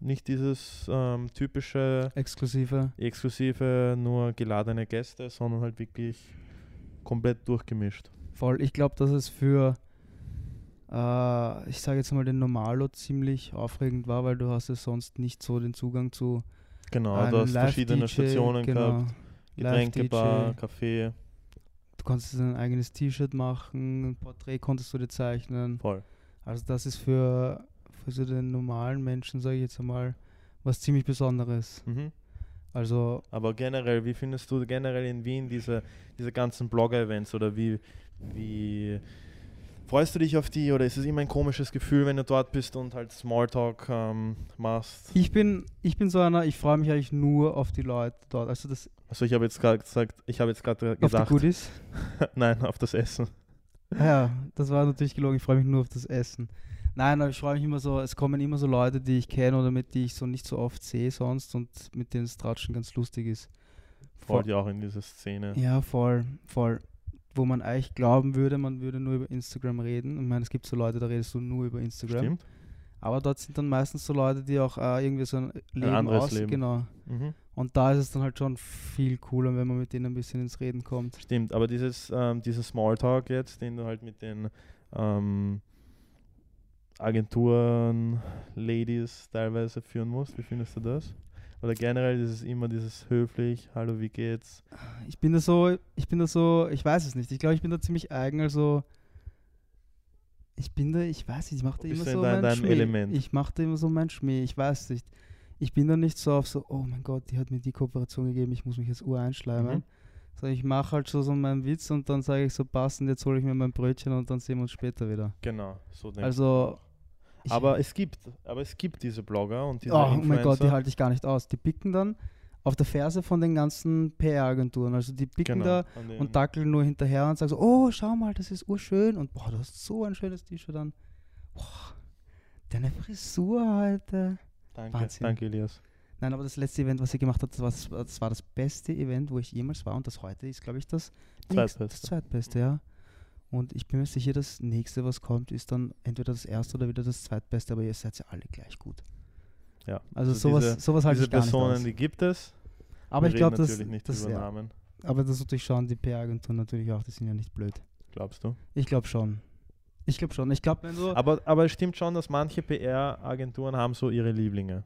A: Nicht dieses ähm, typische,
B: Exklusive.
A: exklusive, nur geladene Gäste, sondern halt wirklich komplett durchgemischt.
B: Voll. Ich glaube, dass es für, äh, ich sage jetzt mal, den Normalo ziemlich aufregend war, weil du hast ja sonst nicht so den Zugang zu
A: Genau,
B: einem
A: du hast
B: Live-DJ,
A: verschiedene Stationen
B: genau.
A: gehabt, Getränkebar,
B: Live-DJ.
A: Kaffee,
B: Du konntest ein eigenes T-Shirt machen, ein Porträt konntest du dir zeichnen.
A: voll.
B: Also das ist für, für so den normalen Menschen, sage ich jetzt einmal, was ziemlich Besonderes.
A: Mhm.
B: Also
A: Aber generell, wie findest du generell in Wien diese, diese ganzen Blogger-Events oder wie, wie freust du dich auf die oder ist es immer ein komisches Gefühl, wenn du dort bist und halt Smalltalk ähm, machst?
B: ich bin, ich bin so einer, ich freue mich eigentlich nur auf die Leute dort. Also das
A: Also ich habe jetzt gerade gesagt, ich habe jetzt gerade
B: auf
A: gesagt,
B: die Goodies.
A: nein, auf das Essen.
B: Ja, das war natürlich gelogen. Ich freue mich nur auf das Essen. Nein, aber ich freue mich immer so, es kommen immer so Leute, die ich kenne oder mit die ich so nicht so oft sehe sonst und mit denen es Tratschen ganz lustig ist.
A: Voll ja auch in diese Szene.
B: Ja, voll, voll. Wo man eigentlich glauben würde, man würde nur über Instagram reden. Ich meine, es gibt so Leute, da redest du nur über Instagram.
A: Stimmt.
B: Aber dort sind dann meistens so Leute, die auch äh, irgendwie so ein Leben
A: anderes
B: aus,
A: Leben.
B: genau.
A: Mhm.
B: Und da ist es dann halt schon viel cooler, wenn man mit denen ein bisschen ins Reden kommt.
A: Stimmt, aber dieses, ähm, dieses Smalltalk jetzt, den du halt mit den ähm, Agenturen, Ladies teilweise führen musst, wie findest du das? Oder generell dieses immer dieses höflich, hallo, wie geht's?
B: Ich bin da so, ich bin da so, ich weiß es nicht. Ich glaube, ich bin da ziemlich eigen, also ich bin da, ich weiß nicht, ich mache da
A: Bist
B: immer
A: du in
B: so
A: dein-
B: meinen
A: deinem
B: Schmäh.
A: Element?
B: Ich mache da immer so meinen Schmäh, ich weiß nicht. Ich bin da nicht so auf so, oh mein Gott, die hat mir die Kooperation gegeben, ich muss mich jetzt ureinschleimen.
A: Mhm.
B: Sondern ich mache halt so, so meinen Witz und dann sage ich so, passend, jetzt hole ich mir mein Brötchen und dann sehen wir uns später wieder.
A: Genau, so denke
B: Also,
A: ich.
B: ich-
A: Aber es gibt, aber es gibt diese Blogger und diese
B: oh, oh mein Gott, die
A: Influencer.
B: halte ich gar nicht aus. Die picken dann auf der Ferse von den ganzen PR-Agenturen. Also die picken
A: genau,
B: da
A: an den-
B: und dackeln nur hinterher und sagen so, oh, schau mal, das ist urschön und boah, du hast so ein schönes T-Shirt an. Boah, deine Frisur heute.
A: danke,
B: Wahnsinn.
A: danke, Elias.
B: Nein, aber das letzte Event, was sie gemacht hat, das war, das war das beste Event, wo ich jemals war. Und das heute ist, glaube ich, das, nächst- das
A: Zweitbeste.
B: zweitbeste, ja. Und ich bin mir sicher, das nächste, was kommt, ist dann entweder das erste oder wieder das zweitbeste, aber ihr seid ja alle gleich gut.
A: Ja.
B: Also,
A: Also
B: sowas,
A: diese-
B: sowas halte
A: Diese
B: ich gar
A: Personen,
B: nicht aus.
A: die gibt es.
B: Aber
A: Wir
B: ich
A: reden
B: glaube, das,
A: natürlich nicht
B: das,
A: über
B: ja,
A: Namen.
B: aber das durchschauen die PR-Agenturen natürlich auch, die sind ja nicht blöd.
A: Glaubst du?
B: Ich glaube schon. Ich glaube schon. Ich glaube, wenn du...
A: Aber, aber es stimmt schon, dass manche PR-Agenturen haben so ihre Lieblinge.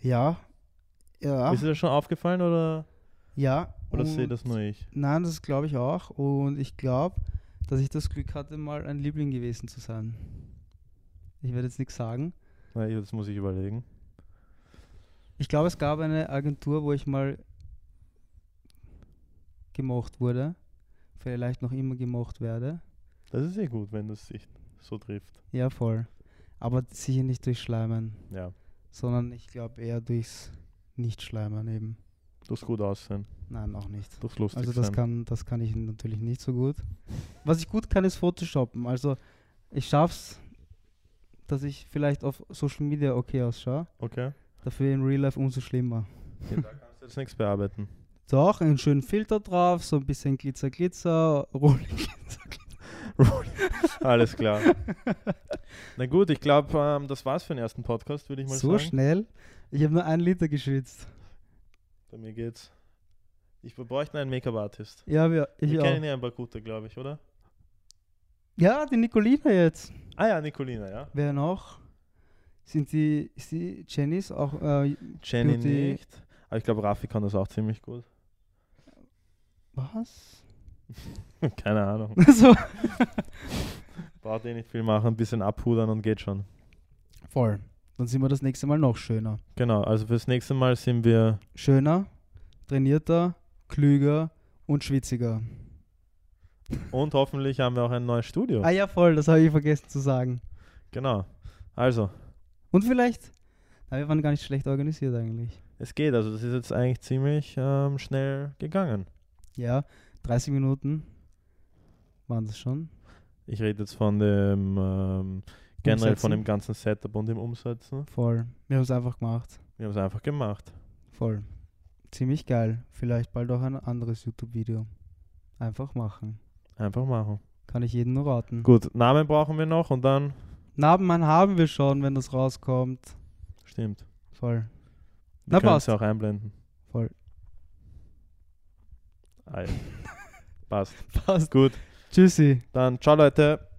B: ja. Ja.
A: Ist dir das schon aufgefallen oder,
B: ja.
A: oder sehe
B: und-
A: das nur ich?
B: Nein, das glaube ich auch. Und ich glaube, dass ich das Glück hatte, mal ein Liebling gewesen zu sein. Ich werde jetzt nichts sagen.
A: Na, ich- Das muss ich überlegen.
B: Ich glaube, es gab eine Agentur, wo ich mal gemocht wurde. Vielleicht noch immer gemocht werde.
A: Das ist eh gut, wenn das sich so trifft.
B: Ja, voll. Aber sicher nicht durch Schleimen,
A: Ja,
B: sondern ich glaube eher durchs Nicht-Schleimen eben.
A: durchs gut aussehen,
B: Nein, auch nicht.
A: durchs lustig
B: Also das
A: sein.
B: kann, das kann ich natürlich nicht so gut. Was ich gut kann, ist Photoshoppen. Also ich schaff's, dass ich vielleicht auf Social Media okay ausschaue.
A: Okay.
B: Dafür im Real Life umso schlimmer.
A: Ja, da kannst du jetzt nichts bearbeiten.
B: Doch, einen schönen Filter drauf, so ein bisschen Glitzer, Glitzer, Rolling.
A: Alles klar. Na gut, ich glaube, ähm, das war's für den ersten Podcast, würde ich mal
B: So
A: sagen.
B: schnell. Ich habe nur einen Liter geschwitzt.
A: Bei mir geht's. Ich wir bräuchten einen Make-up-Artist.
B: Ja, wir, ich
A: Wir kennen
B: auch.
A: ja ein paar gute, glaube ich, oder?
B: Ja, die Nicolina jetzt.
A: Ah ja, Nicolina, ja.
B: Wer noch? Sind die, ist die Jennys auch? Äh,
A: Jenny
B: Beauty-
A: nicht. Aber ich glaube, Raffi kann das auch ziemlich gut.
B: was?
A: Keine Ahnung.
B: so.
A: Braucht eh nicht viel machen, ein bisschen abpudern und geht schon.
B: Voll. Dann sind wir das nächste Mal noch schöner.
A: Genau, also fürs nächste Mal sind wir.
B: schöner, trainierter, klüger und schwitziger.
A: Und hoffentlich haben wir auch ein neues Studio.
B: Ah ja, voll, das habe ich vergessen zu sagen.
A: Genau. Also,
B: Und vielleicht, na, wir waren gar nicht schlecht organisiert eigentlich.
A: es geht. Also, das ist jetzt eigentlich ziemlich ähm, schnell gegangen.
B: Ja, 30 Minuten waren das schon.
A: Ich rede jetzt von dem. Ähm, generell von dem ganzen Setup und dem Umsetzen.
B: Voll, wir haben es einfach gemacht.
A: Wir haben es einfach gemacht.
B: Voll. Ziemlich geil. Vielleicht bald auch ein anderes YouTube-Video. Einfach machen.
A: Einfach machen.
B: Kann ich jedem nur raten.
A: Gut, Namen brauchen wir noch und dann.
B: Narbenmann haben wir schon, wenn das rauskommt.
A: Stimmt.
B: Voll. Na,
A: Wir können es
B: passt.
A: auch einblenden.
B: Voll.
A: Ah, ja. passt.
B: Passt.
A: Gut.
B: Tschüssi.
A: Dann ciao Leute.